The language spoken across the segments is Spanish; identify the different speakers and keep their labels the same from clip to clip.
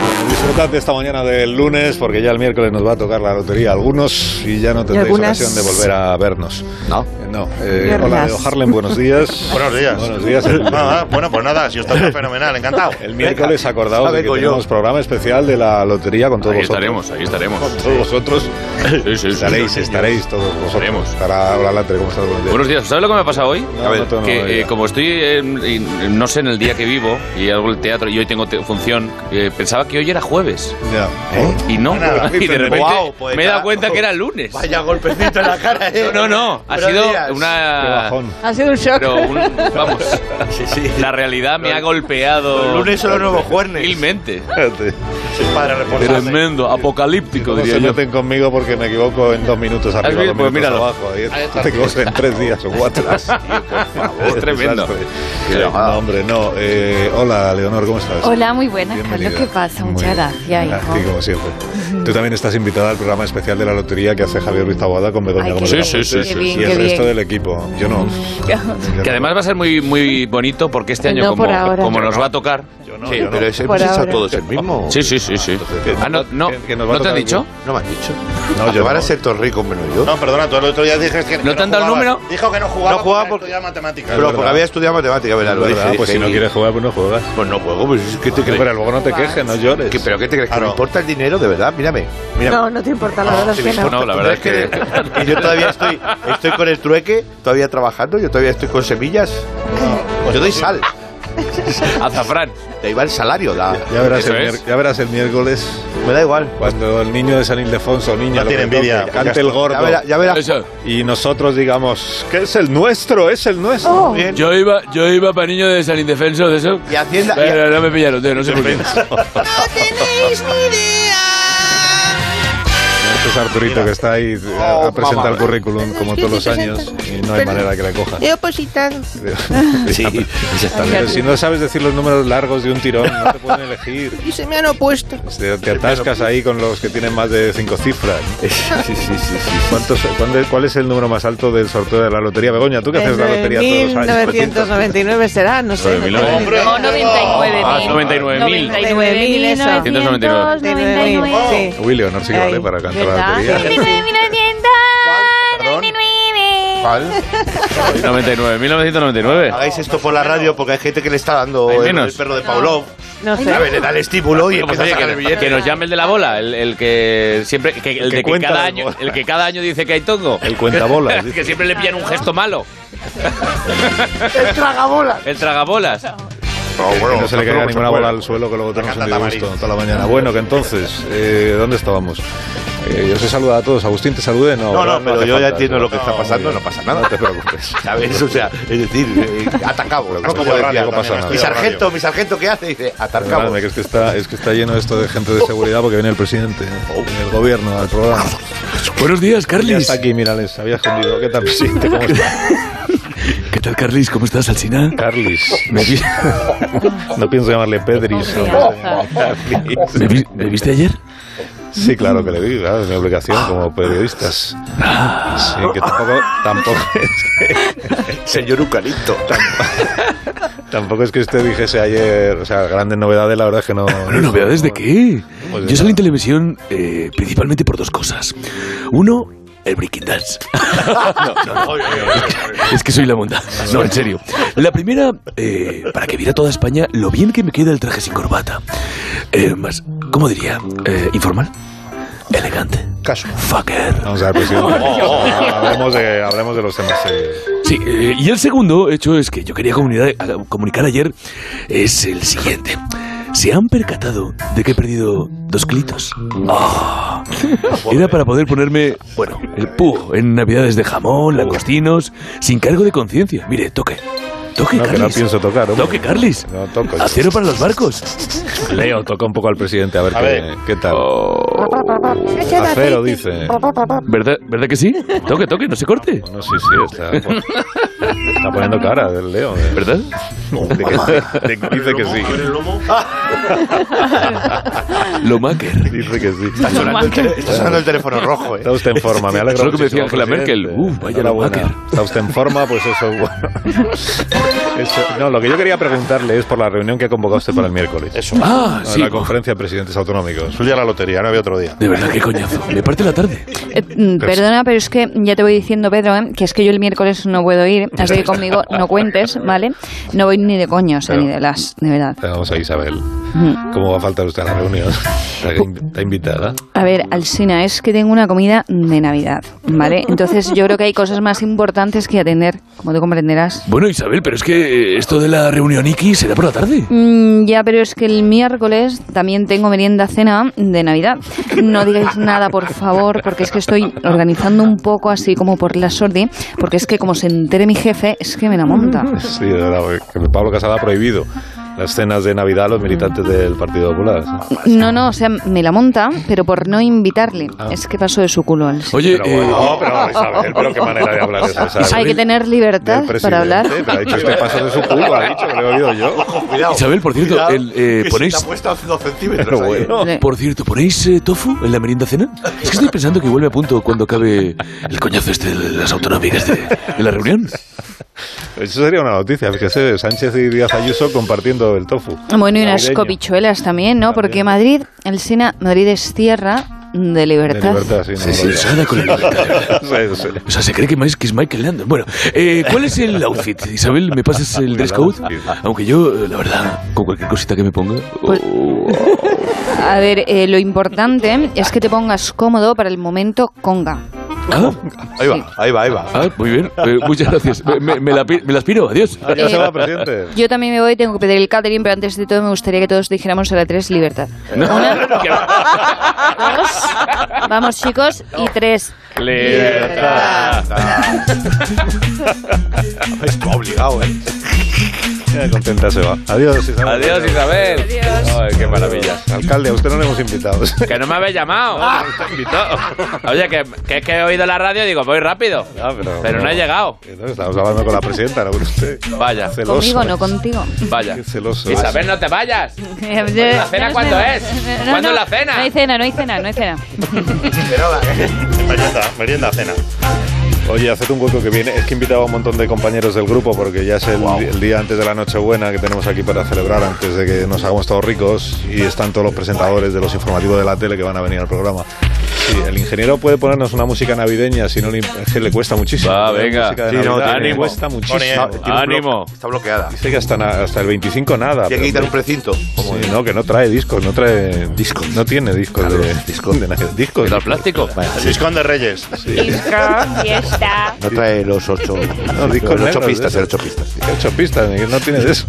Speaker 1: actualidad de esta mañana del lunes, porque ya el miércoles nos va a tocar la lotería a algunos y ya no tendréis
Speaker 2: algunas-
Speaker 1: ocasión de volver a vernos.
Speaker 3: No.
Speaker 1: No. Eh,
Speaker 2: Viernes.
Speaker 1: hola, Leo Harlem, buenos días.
Speaker 4: Buenos días.
Speaker 1: Buenos días.
Speaker 4: Nada, bueno, pues nada, si os toca fenomenal, encantado.
Speaker 1: El miércoles acordaos de que
Speaker 3: vengo yo.
Speaker 1: tenemos programa especial de la lotería con todos
Speaker 5: Ahí
Speaker 1: vosotros.
Speaker 5: estaremos, ahí estaremos.
Speaker 1: Con todos vosotros.
Speaker 5: Sí, sí, sí.
Speaker 1: Estaréis, estaréis todos vosotros.
Speaker 5: Estaremos.
Speaker 1: Estará Hola, Latre, ¿cómo estás? Buenos días.
Speaker 5: Buenos días, ¿sabes lo que me ha pasado hoy?
Speaker 1: No, A ver. no tengo
Speaker 5: que
Speaker 1: nada
Speaker 5: eh,
Speaker 1: idea.
Speaker 5: como estoy, eh, y no sé en el día que vivo y hago el teatro y hoy tengo te- función, eh, pensaba que hoy era jueves ¿Eh?
Speaker 1: Ya.
Speaker 5: y no,
Speaker 4: Nada,
Speaker 5: y de repente
Speaker 3: Guau, pues
Speaker 5: me he
Speaker 3: ya.
Speaker 5: dado cuenta que era lunes.
Speaker 3: Vaya golpecito en la cara, ¿eh?
Speaker 5: No, no, no, ha
Speaker 3: Buenos
Speaker 5: sido
Speaker 3: días.
Speaker 1: Qué
Speaker 5: una...
Speaker 1: bajón.
Speaker 2: Ha sido un shock.
Speaker 5: Pero un- vamos,
Speaker 3: Sí, sí.
Speaker 5: la realidad me ha
Speaker 3: El
Speaker 5: golpeado
Speaker 3: lunes son los nuevos jueves.
Speaker 5: vilmente.
Speaker 1: Espérate.
Speaker 4: Sois padre responsable.
Speaker 5: Tremendo, apocalíptico,
Speaker 1: No
Speaker 5: diría
Speaker 1: se
Speaker 5: yo.
Speaker 1: meten conmigo porque me equivoco en dos minutos arriba,
Speaker 5: visto?
Speaker 1: dos minutos
Speaker 5: Pues míralo.
Speaker 1: abajo. Ahí
Speaker 5: Ahí está.
Speaker 1: te equivocas en tres días o cuatro.
Speaker 5: Es tremendo.
Speaker 1: Desastre.
Speaker 5: Qué bajada.
Speaker 1: No, hombre, no. Eh, hola, Leonor, ¿cómo estás?
Speaker 6: Hola, muy buenas,
Speaker 1: Bienvenida.
Speaker 6: Carlos. ¿Qué pasa?
Speaker 1: Muy
Speaker 6: Muchas
Speaker 1: bien. Ah,
Speaker 6: gracias,
Speaker 1: A ti,
Speaker 6: hijo.
Speaker 1: como siempre. Tú también estás invitada al programa especial de la lotería que hace Javier Ruiz Taboada con Begoña
Speaker 6: Ay,
Speaker 1: Gómez.
Speaker 5: qué
Speaker 1: de la
Speaker 5: bien,
Speaker 1: Fuente
Speaker 5: qué
Speaker 6: bien,
Speaker 1: Y el
Speaker 6: qué
Speaker 1: resto
Speaker 6: bien.
Speaker 1: del equipo. Yo no. Yo no.
Speaker 5: Que además va a ser muy, muy bonito porque este año,
Speaker 6: No, por
Speaker 5: como,
Speaker 6: ahora.
Speaker 5: como nos va a tocar... sí,
Speaker 3: Pero ese
Speaker 2: Por
Speaker 3: hemos hecho
Speaker 2: ahora.
Speaker 3: todos el mismo.
Speaker 5: Sí, sí, sí, sí.
Speaker 1: que-
Speaker 5: Ah, no, no,
Speaker 1: que- que nos va a
Speaker 5: ¿no te
Speaker 1: tocar Ah,
Speaker 5: han dicho?
Speaker 3: No me has dicho.
Speaker 1: No,
Speaker 3: No,
Speaker 1: yo
Speaker 3: yo van
Speaker 1: no.
Speaker 3: a ser todos ricos menos yo.
Speaker 4: No, perdona, tú el otro día dijiste que. que
Speaker 5: ¿No te han dado el
Speaker 4: jugabas.
Speaker 5: número?
Speaker 4: Dijo que no jugaba.
Speaker 3: No jugaba
Speaker 4: porque
Speaker 3: porque-
Speaker 4: estudiaba matemáticas.
Speaker 3: Pero
Speaker 1: verdad.
Speaker 3: porque había estudiado matemáticas, ¿verdad?
Speaker 1: Es
Speaker 3: Lo
Speaker 1: verdad,
Speaker 3: dije,
Speaker 1: pues si
Speaker 3: dije,
Speaker 1: no
Speaker 3: y-
Speaker 1: quieres jugar, pues no juegas.
Speaker 3: Pues no juego, pues es que te crees.
Speaker 1: Pero luego no te quejes, no llores.
Speaker 3: ¿Qué- ¿Pero qué te crees? ¿Que
Speaker 4: Claro.
Speaker 3: me importa el dinero? De verdad, mírame. mírame.
Speaker 2: No, no te importa, la verdad es que no.
Speaker 5: No, la verdad es que...
Speaker 3: Y yo todavía estoy, estoy con el trueque, todavía trabajando, yo todavía estoy con semillas.
Speaker 5: Pues
Speaker 3: yo doy sal.
Speaker 5: Azafrán.
Speaker 3: De ahí va el salario. la-
Speaker 1: Ya verás,
Speaker 5: Eso
Speaker 1: el,
Speaker 5: es.
Speaker 1: mier- ya verás el miércoles
Speaker 3: me da igual.
Speaker 1: cuando el niño de San Ildefonso, niña,
Speaker 4: No
Speaker 1: lo
Speaker 4: tiene
Speaker 1: que toque,
Speaker 4: envidia, porque
Speaker 1: cante el gordo
Speaker 3: Ya verás. ya verás.
Speaker 5: Eso.
Speaker 1: y nosotros digamos que es el nuestro, es el nuestro.
Speaker 2: Oh,
Speaker 3: Bien.
Speaker 5: Yo iba, yo iba para niño de San Indefenso de eso.
Speaker 3: Y Hacienda-
Speaker 5: Pero no me pillaron, tío, no sé por qué.
Speaker 1: Este es Arturito que está ahí eh, a, a presentar el currículum como todos los años y no hay manera que la coja.
Speaker 7: He opositado.
Speaker 1: Pero si no sabes decir los números largos de un tirón, no te pueden elegir.
Speaker 7: Y se me han opuesto.
Speaker 1: Te, te atascas ahí con los que tienen más de cinco cifras.
Speaker 3: Sí, sí, sí, sí, sí.
Speaker 1: ¿Cuántos- cuándo- ¿Cuál es el número más alto del sorteo de la lotería? Begoña, tú que haces
Speaker 2: en
Speaker 1: la lotería todos
Speaker 5: pues,
Speaker 1: los años.
Speaker 2: 1999 será, no sé.
Speaker 5: Nueve mil, ¿no?
Speaker 2: Hombre.
Speaker 6: No,
Speaker 5: Ah,
Speaker 6: 99.000.
Speaker 5: 99.000.
Speaker 6: 99.999.
Speaker 2: 99.000, sí.
Speaker 1: Uy, Leonor, sí que vale para cantar la
Speaker 2: ¿Verdad?
Speaker 1: lotería.
Speaker 6: 99.999.
Speaker 3: ¿Cuál?
Speaker 5: 99.999.
Speaker 3: Hagáis esto por la radio porque hay gente que le está dando
Speaker 5: Hay
Speaker 3: el,
Speaker 5: menos.
Speaker 3: el perro de Pavlov.
Speaker 2: No sé.
Speaker 3: A ver, le da el estímulo y
Speaker 5: Bueno, pues oye,
Speaker 3: empieza a sacar el
Speaker 5: que,
Speaker 3: billete.
Speaker 5: que nos llame el de la bola, el, el que siempre, que- el,
Speaker 1: que
Speaker 5: de que
Speaker 1: cuenta
Speaker 5: cada
Speaker 1: la
Speaker 5: año,
Speaker 1: bola.
Speaker 5: el que cada año dice que hay tongo,
Speaker 1: El cuentabolas. dice.
Speaker 5: que siempre le pillan un gesto malo,
Speaker 3: el tragabola.
Speaker 5: el tragabolas.
Speaker 1: Que no se le caiga ninguna bola al suelo que luego tenemos
Speaker 4: La
Speaker 1: un
Speaker 4: cantata
Speaker 1: disgusto
Speaker 4: Maris.
Speaker 1: toda la mañana. Bueno, que entonces, eh, ¿dónde estábamos? Eh, yo os he saludado a todos. Agustín, te saludé. No,
Speaker 3: No,
Speaker 1: ¿verdad?
Speaker 3: no, pero
Speaker 1: hace
Speaker 3: yo ya
Speaker 1: falta.
Speaker 3: entiendo lo que está
Speaker 1: No,
Speaker 3: pasando,
Speaker 1: muy
Speaker 3: no
Speaker 1: bien.
Speaker 3: pasa nada.
Speaker 1: No te preocupes.
Speaker 3: ¿Sabes? O sea, es decir, eh, atacamos, ¿no? Como
Speaker 4: Estudio radio,
Speaker 3: decía.
Speaker 1: no pasa
Speaker 4: también,
Speaker 1: nada.
Speaker 3: Mi
Speaker 4: estudio
Speaker 3: sargento, mi sargento, ¿qué hace? Dice, atacamos.
Speaker 1: Perdóname, que es que, está, es que está lleno esto de gente de seguridad porque viene el presidente, ¿eh?
Speaker 3: Oh.
Speaker 1: Viene el gobierno al programa.
Speaker 8: Buenos días,
Speaker 1: Ya
Speaker 8: Carlis.
Speaker 1: está aquí, mírales, se había escondido. ¿Qué tal, presidente? ¿Cómo estás?
Speaker 8: ¿Qué tal, Carlis? ¿Cómo estás, Alcina?
Speaker 1: Carlis.
Speaker 8: ¿Me, vi-
Speaker 1: No pienso llamarle Pedris. ¿no?
Speaker 8: me
Speaker 1: Carlis.
Speaker 8: vi- me viste ayer?
Speaker 1: Sí, claro que le digo, claro, es mi obligación como periodistas.
Speaker 8: Ah.
Speaker 1: Sí, que tampoco, tampoco,
Speaker 3: Señor Eucalipto.
Speaker 1: tampoco es que usted dijese ayer, o sea, grandes novedades, la verdad es que no.
Speaker 8: Bueno, ¿novedades de qué?
Speaker 1: Pues
Speaker 8: Yo salí en
Speaker 1: nada.
Speaker 8: televisión eh, principalmente por dos cosas. Uno, el Breaking Dance. Es que soy la monda. No, en serio. La primera, eh, para que viera toda España lo bien que me queda el traje sin corbata. Eh, más, ¿cómo diría? Eh, ¿Informal? Elegante.
Speaker 3: Caso.
Speaker 8: Fucker.
Speaker 1: Vamos a ver, pues, presidente. hablemos, de, hablemos de los temas. eh.
Speaker 8: Sí, eh, y el segundo hecho es que yo quería comunicar, a- comunicar ayer es el siguiente. ¿Se han percatado de que he perdido dos clitos? Ah. Era para poder ponerme, bueno, el púo en navidades de jamón, langostinos, sin cargo de conciencia. Mire, toque. Toque,
Speaker 1: No, que no
Speaker 8: Carlis.
Speaker 1: pienso tocar, hombre.
Speaker 8: Toque, Carlis.
Speaker 1: No toco.
Speaker 8: Acero para los barcos.
Speaker 1: Leo, toca un poco al presidente, a ver,
Speaker 4: A
Speaker 1: qué,
Speaker 4: ver.
Speaker 1: qué tal.
Speaker 7: Echa de
Speaker 1: Acero,
Speaker 7: aceite.
Speaker 1: dice.
Speaker 8: ¿Verdad, ¿Verdad que sí? Toque, toque, no se corte.
Speaker 1: No, Ah, sí, sí, está, pues, está poniendo cara del Leo. eh.
Speaker 8: ¿Verdad?
Speaker 1: De que- de que dice que sí.
Speaker 8: Lo maker.
Speaker 1: Dice que sí.
Speaker 3: Está sonando, el, tele- está sonando el teléfono rojo, ¿eh?
Speaker 1: Está usted en forma, me
Speaker 8: Eso
Speaker 1: alegro.
Speaker 8: es lo que me
Speaker 1: muchísimo,
Speaker 8: decía Angela
Speaker 1: presidente.
Speaker 8: Merkel. Uf, vaya
Speaker 1: Enhorabuena.
Speaker 8: lavaca.
Speaker 1: Está usted en forma, pues eso, bueno, Eso, no, lo que yo quería preguntarle es por la reunión que ha convocado usted para el miércoles.
Speaker 4: Eso.
Speaker 8: Ah,
Speaker 1: No,
Speaker 8: sí.
Speaker 1: La conferencia de presidentes autonómicos.
Speaker 4: Es un día de la lotería, no había otro día.
Speaker 8: De verdad, qué coñazo. Me parte la tarde.
Speaker 9: Eh, mm, perdona, pero es que ya te voy diciendo, Pedro, eh, que es que yo el miércoles no puedo ir, así que conmigo no cuentes, ¿vale? No voy ni de coño, o sea, ni de las, de verdad.
Speaker 1: Tenemos a Isabel.
Speaker 9: Mm.
Speaker 1: ¿Cómo va a faltar usted a la reunión? Está in- Está invitada.
Speaker 9: A ver, Alsina, es que tengo una comida de Navidad, ¿vale? Entonces yo creo que hay cosas más importantes que atender, como tú comprenderás.
Speaker 8: Bueno, Isabel, pero es que eh, esto de la reunión Iki será por la tarde.
Speaker 9: Mm, ya, pero es que el miércoles también tengo merienda cena de Navidad. No digáis nada, por favor, porque es que estoy organizando un poco así como por la sordi, porque es que como se entere mi jefe, es que me la monta.
Speaker 1: Sí, era que Pablo Casado ha prohibido las cenas de Navidad a los militantes del Partido Popular.
Speaker 9: No, no, o sea, me la monta, pero por no invitarle. Es que paso de su culo. al-
Speaker 8: Oye,
Speaker 1: Pero
Speaker 8: eh,
Speaker 1: bueno, pero Isabel, pero qué manera de hablar esa, Isabel.
Speaker 9: Hay que tener libertad
Speaker 1: pues Del
Speaker 9: para hablar.
Speaker 1: presidente, Pero ha dicho este paso de su culo, ha dicho, que lo he oído yo.
Speaker 3: Cuidado.
Speaker 8: Isabel, por cierto,
Speaker 3: cuidado,
Speaker 8: el, eh,
Speaker 3: que
Speaker 8: ponéis-
Speaker 3: se te ha puesto hace dos centímetros.
Speaker 1: Pero
Speaker 3: ahí, ¿eh?
Speaker 1: bueno.
Speaker 9: Le-
Speaker 8: Por cierto, ¿ponéis eh, tofu en la merienda cena? Es que estoy pensando que vuelve a punto cuando acabe el coñazo este de las autonómicas de, de la reunión.
Speaker 1: Eso sería una noticia, fíjese, Sánchez y Díaz Ayuso compartiendo el tofu.
Speaker 9: Bueno, y unas
Speaker 1: Navideño.
Speaker 9: copichuelas también, ¿no? Porque Madrid, el Sena, Madrid es tierra de
Speaker 1: De
Speaker 9: libertad.
Speaker 1: libertad, sí, no
Speaker 8: Sí,
Speaker 1: lo
Speaker 8: sí,
Speaker 1: digo.
Speaker 8: se con la libertad, de verdad.
Speaker 1: Sí, sí.
Speaker 8: O sea, se cree que es, que es Michael Landon. Bueno, eh, ¿cuál es el outfit? Isabel, ¿me pasas el dress code? Aunque yo, eh, la verdad, con cualquier cosita que me ponga...
Speaker 9: Pues-
Speaker 8: oh,
Speaker 9: A ver, eh, lo importante es que te pongas cómodo para el momento conga.
Speaker 8: ah,
Speaker 3: Ahí va, ahí va, ahí va.
Speaker 8: ah, muy bien, eh, muchas gracias. Me, me- me la, pi- me las piro, adiós.
Speaker 1: Ah, Ya se
Speaker 9: Eh,
Speaker 1: va, presidente.
Speaker 9: Yo también me voy, tengo que pedir el catering, pero antes de todo me gustaría que todos dijéramos a la tres libertad. Una, dos, vamos chicos, y tres.
Speaker 5: Libertad.
Speaker 3: Está obligado, ¿eh?
Speaker 1: Ya contenta se va. Adiós, Isabel.
Speaker 5: Adiós, Isabel. Ay, qué maravilla.
Speaker 1: Alcalde, a usted no le hemos invitado. Ah.
Speaker 5: Que no me habéis llamado. Te invito. Oye, que, que es que he oído la radio y digo, voy rápido.
Speaker 1: Ah, pero-
Speaker 5: Pero no he llegado.
Speaker 1: Eh, no, Estamos hablando con la presidenta, no con usted.
Speaker 5: Vaya,
Speaker 1: Celoso.
Speaker 9: Conmigo, no contigo.
Speaker 5: vaya.
Speaker 1: Qué celoso.
Speaker 5: Isabel, no te vayas.
Speaker 9: ¿La
Speaker 5: cena cuándo es? ¿Cuándo es la cena?
Speaker 9: No hay cena, no hay cena, no hay cena.
Speaker 4: Merienda, merienda, cena.
Speaker 1: Oye, haced un hueco que viene. Es que invitaba a un montón de compañeros del grupo porque ya es el, el día antes de la Nochebuena que tenemos aquí para celebrar, antes de que nos hagamos todos ricos. Y están todos los presentadores de los informativos de la tele que van a venir al programa. Sí, el ingeniero puede ponernos una música navideña, si no le, es que le cuesta muchísimo.
Speaker 5: Va,
Speaker 1: Poner
Speaker 5: venga.
Speaker 1: música de
Speaker 3: Sí, no,
Speaker 1: Navidad,
Speaker 5: tiene-
Speaker 1: le cuesta muchísimo.
Speaker 4: Pone-
Speaker 1: Tiene un
Speaker 5: Ánimo.
Speaker 3: Está bloqueada.
Speaker 1: Dice que hasta, na- hasta el 25 nada.
Speaker 3: Tiene que
Speaker 1: pero-
Speaker 3: quitar un precinto.
Speaker 1: Sí, no, que no trae discos, no trae discos. No tiene discos de discos de Navidad. Discos.
Speaker 5: Cuidado el plástico.
Speaker 4: Discón de Reyes.
Speaker 6: Disco, fiesta.
Speaker 3: No trae los ocho.
Speaker 1: No, discos
Speaker 3: los ocho
Speaker 1: negros,
Speaker 3: pistas,
Speaker 1: de
Speaker 3: el
Speaker 1: esos.
Speaker 3: ocho pistas.
Speaker 1: He hecho pistas, Miguel, no tiene de eso.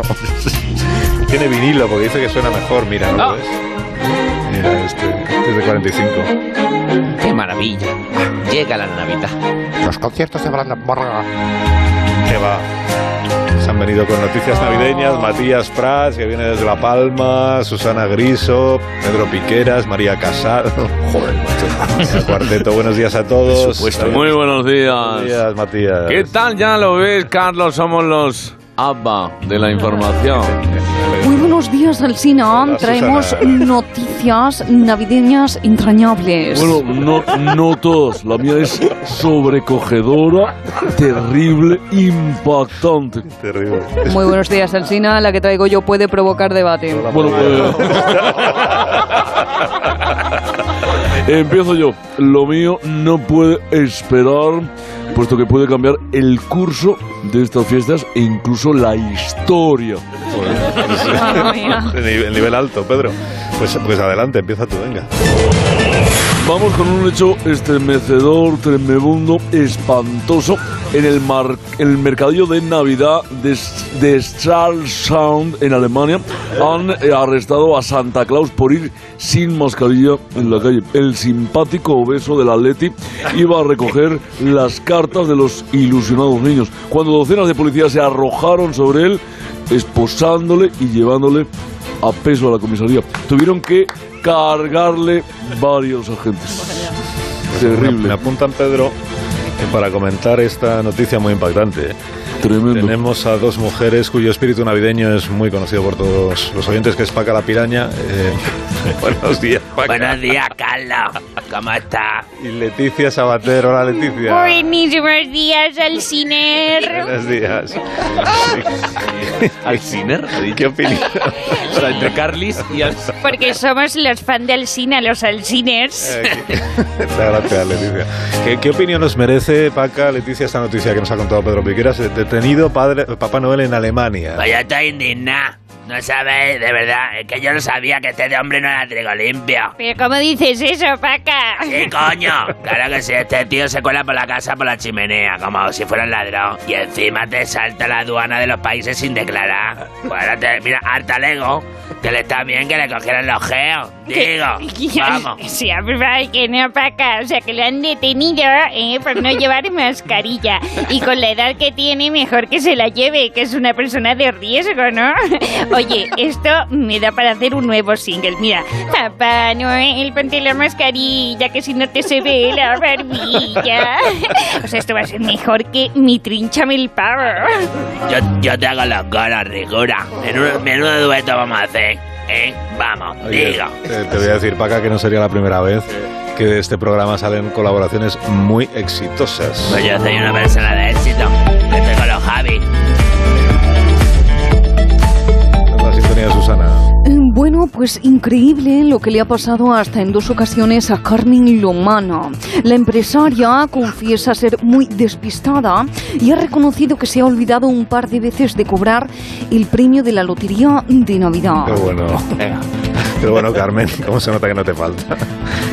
Speaker 1: tiene vinilo porque dice que suena mejor. Mira, ¿no
Speaker 5: Ah.
Speaker 1: lo ves? Mira, este, este es de 45.
Speaker 5: Qué maravilla. Llega la Navidad.
Speaker 4: Los conciertos de Brandon Borga.
Speaker 1: Que va. Se han venido con noticias navideñas. Matías Prats, que viene desde La Palma. Susana Griso. Pedro Piqueras. María Casado. Joder, macho. El cuarteto, buenos días a todos.
Speaker 5: Muy buenos
Speaker 1: buenos
Speaker 5: días.
Speaker 1: días, Matías.
Speaker 5: ¿Qué tal? Ya lo ves, Carlos. Somos los ABBA de la información.
Speaker 9: Muy buenos días, Alcina.
Speaker 1: Hola,
Speaker 9: Traemos
Speaker 1: Susana.
Speaker 9: noticias navideñas entrañables.
Speaker 8: Bueno, no, no todas. La mía es sobrecogedora, terrible, impactante.
Speaker 1: Terrible.
Speaker 9: Muy buenos días, Alcina. La que traigo yo puede provocar debate.
Speaker 8: Bueno, eh, empiezo yo. Lo mío no puede esperar, puesto que puede cambiar el curso de estas fiestas e incluso la historia.
Speaker 9: Mamma mía.
Speaker 1: El nivel, el nivel alto, Pedro. Pues, pues adelante, empieza tú, venga.
Speaker 8: Vamos con un hecho estremecedor, tremebundo, espantoso en el, mar- en el mercadillo de Navidad de, S- de Stralsund en Alemania. Han eh, arrestado a Santa Claus por ir sin mascarilla en la calle. El simpático obeso del Atleti iba a recoger las cartas de los ilusionados niños. Cuando docenas de policías se arrojaron sobre él, esposándole y llevándole a peso a la comisaría. Tuvieron que cargarle varios agentes.
Speaker 1: Pues Me, me
Speaker 8: Terrible.
Speaker 1: apuntan, Pedro, que para comentar esta noticia muy impactante. Tenemos a dos mujeres cuyo espíritu navideño es muy conocido por todos los oyentes, que es Paca la Piraña. eh, buenos días, Paca.
Speaker 10: Buenos días, Carla. ¿Cómo está?
Speaker 1: Y Leticia Sabater. Hola, Leticia.
Speaker 6: Buenísimos días, Alciner.
Speaker 1: Buenos días.
Speaker 5: ¿Alciner?
Speaker 1: ¿Qué opinas?
Speaker 5: entre Carlis y Alciner.
Speaker 6: Porque somos los fans de Alcina, los Alciners.
Speaker 1: Muchas gracias, Leticia. ¿Qué, qué opinión nos merece, Paca, Leticia, esta noticia que nos ha contado Pedro Piqueras? Eh, Detenido padre, Papá Noel en Alemania.
Speaker 10: Pues yo estoy indignada. No sabéis, de verdad, es que yo no sabía que este de hombre no era trigo limpio.
Speaker 6: Pero ¿cómo dices eso, Paca?
Speaker 10: ¿Qué coño? Claro que sí, este tío se cuela por la casa por la chimenea, como si fuera un ladrón. Y encima te salta la aduana de los países sin declarar. Pues ahora te, mira, harta lego, que le está bien que le cogieran los geos. Digo, vamos.
Speaker 6: Sí, a verdad que no, Paca. O sea, que lo han detenido eh, por no llevar mascarilla. Y con la edad que tiene, mejor que se la lleve, que es una persona de riesgo, ¿no? Oye, esto me da para hacer un nuevo single. Mira, Papá Noel, ponte la mascarilla, que si no te se ve la barbilla. O sea, esto va a ser mejor que mi trinchame el pavo.
Speaker 10: Yo, yo te hago los coros, rigura. Menudo, menudo dueto vamos a hacer. ¿Eh? Vamos,
Speaker 1: Oye,
Speaker 10: digo.
Speaker 1: eh, te voy a decir, Paca, que no sería la primera vez que de este programa salen colaboraciones muy exitosas.
Speaker 10: Pues yo soy una persona de éxito. Yo estoy con los Javi.
Speaker 1: La sintonía de Susana.
Speaker 9: Bueno, pues increíble lo que le ha pasado hasta en dos ocasiones a Carmen Lomana. La empresaria confiesa ser muy despistada y ha reconocido que se ha olvidado un par de veces de cobrar el premio de la lotería de Navidad.
Speaker 1: Qué bueno. Qué bueno, Carmen. ¿Cómo se nota que no te falta?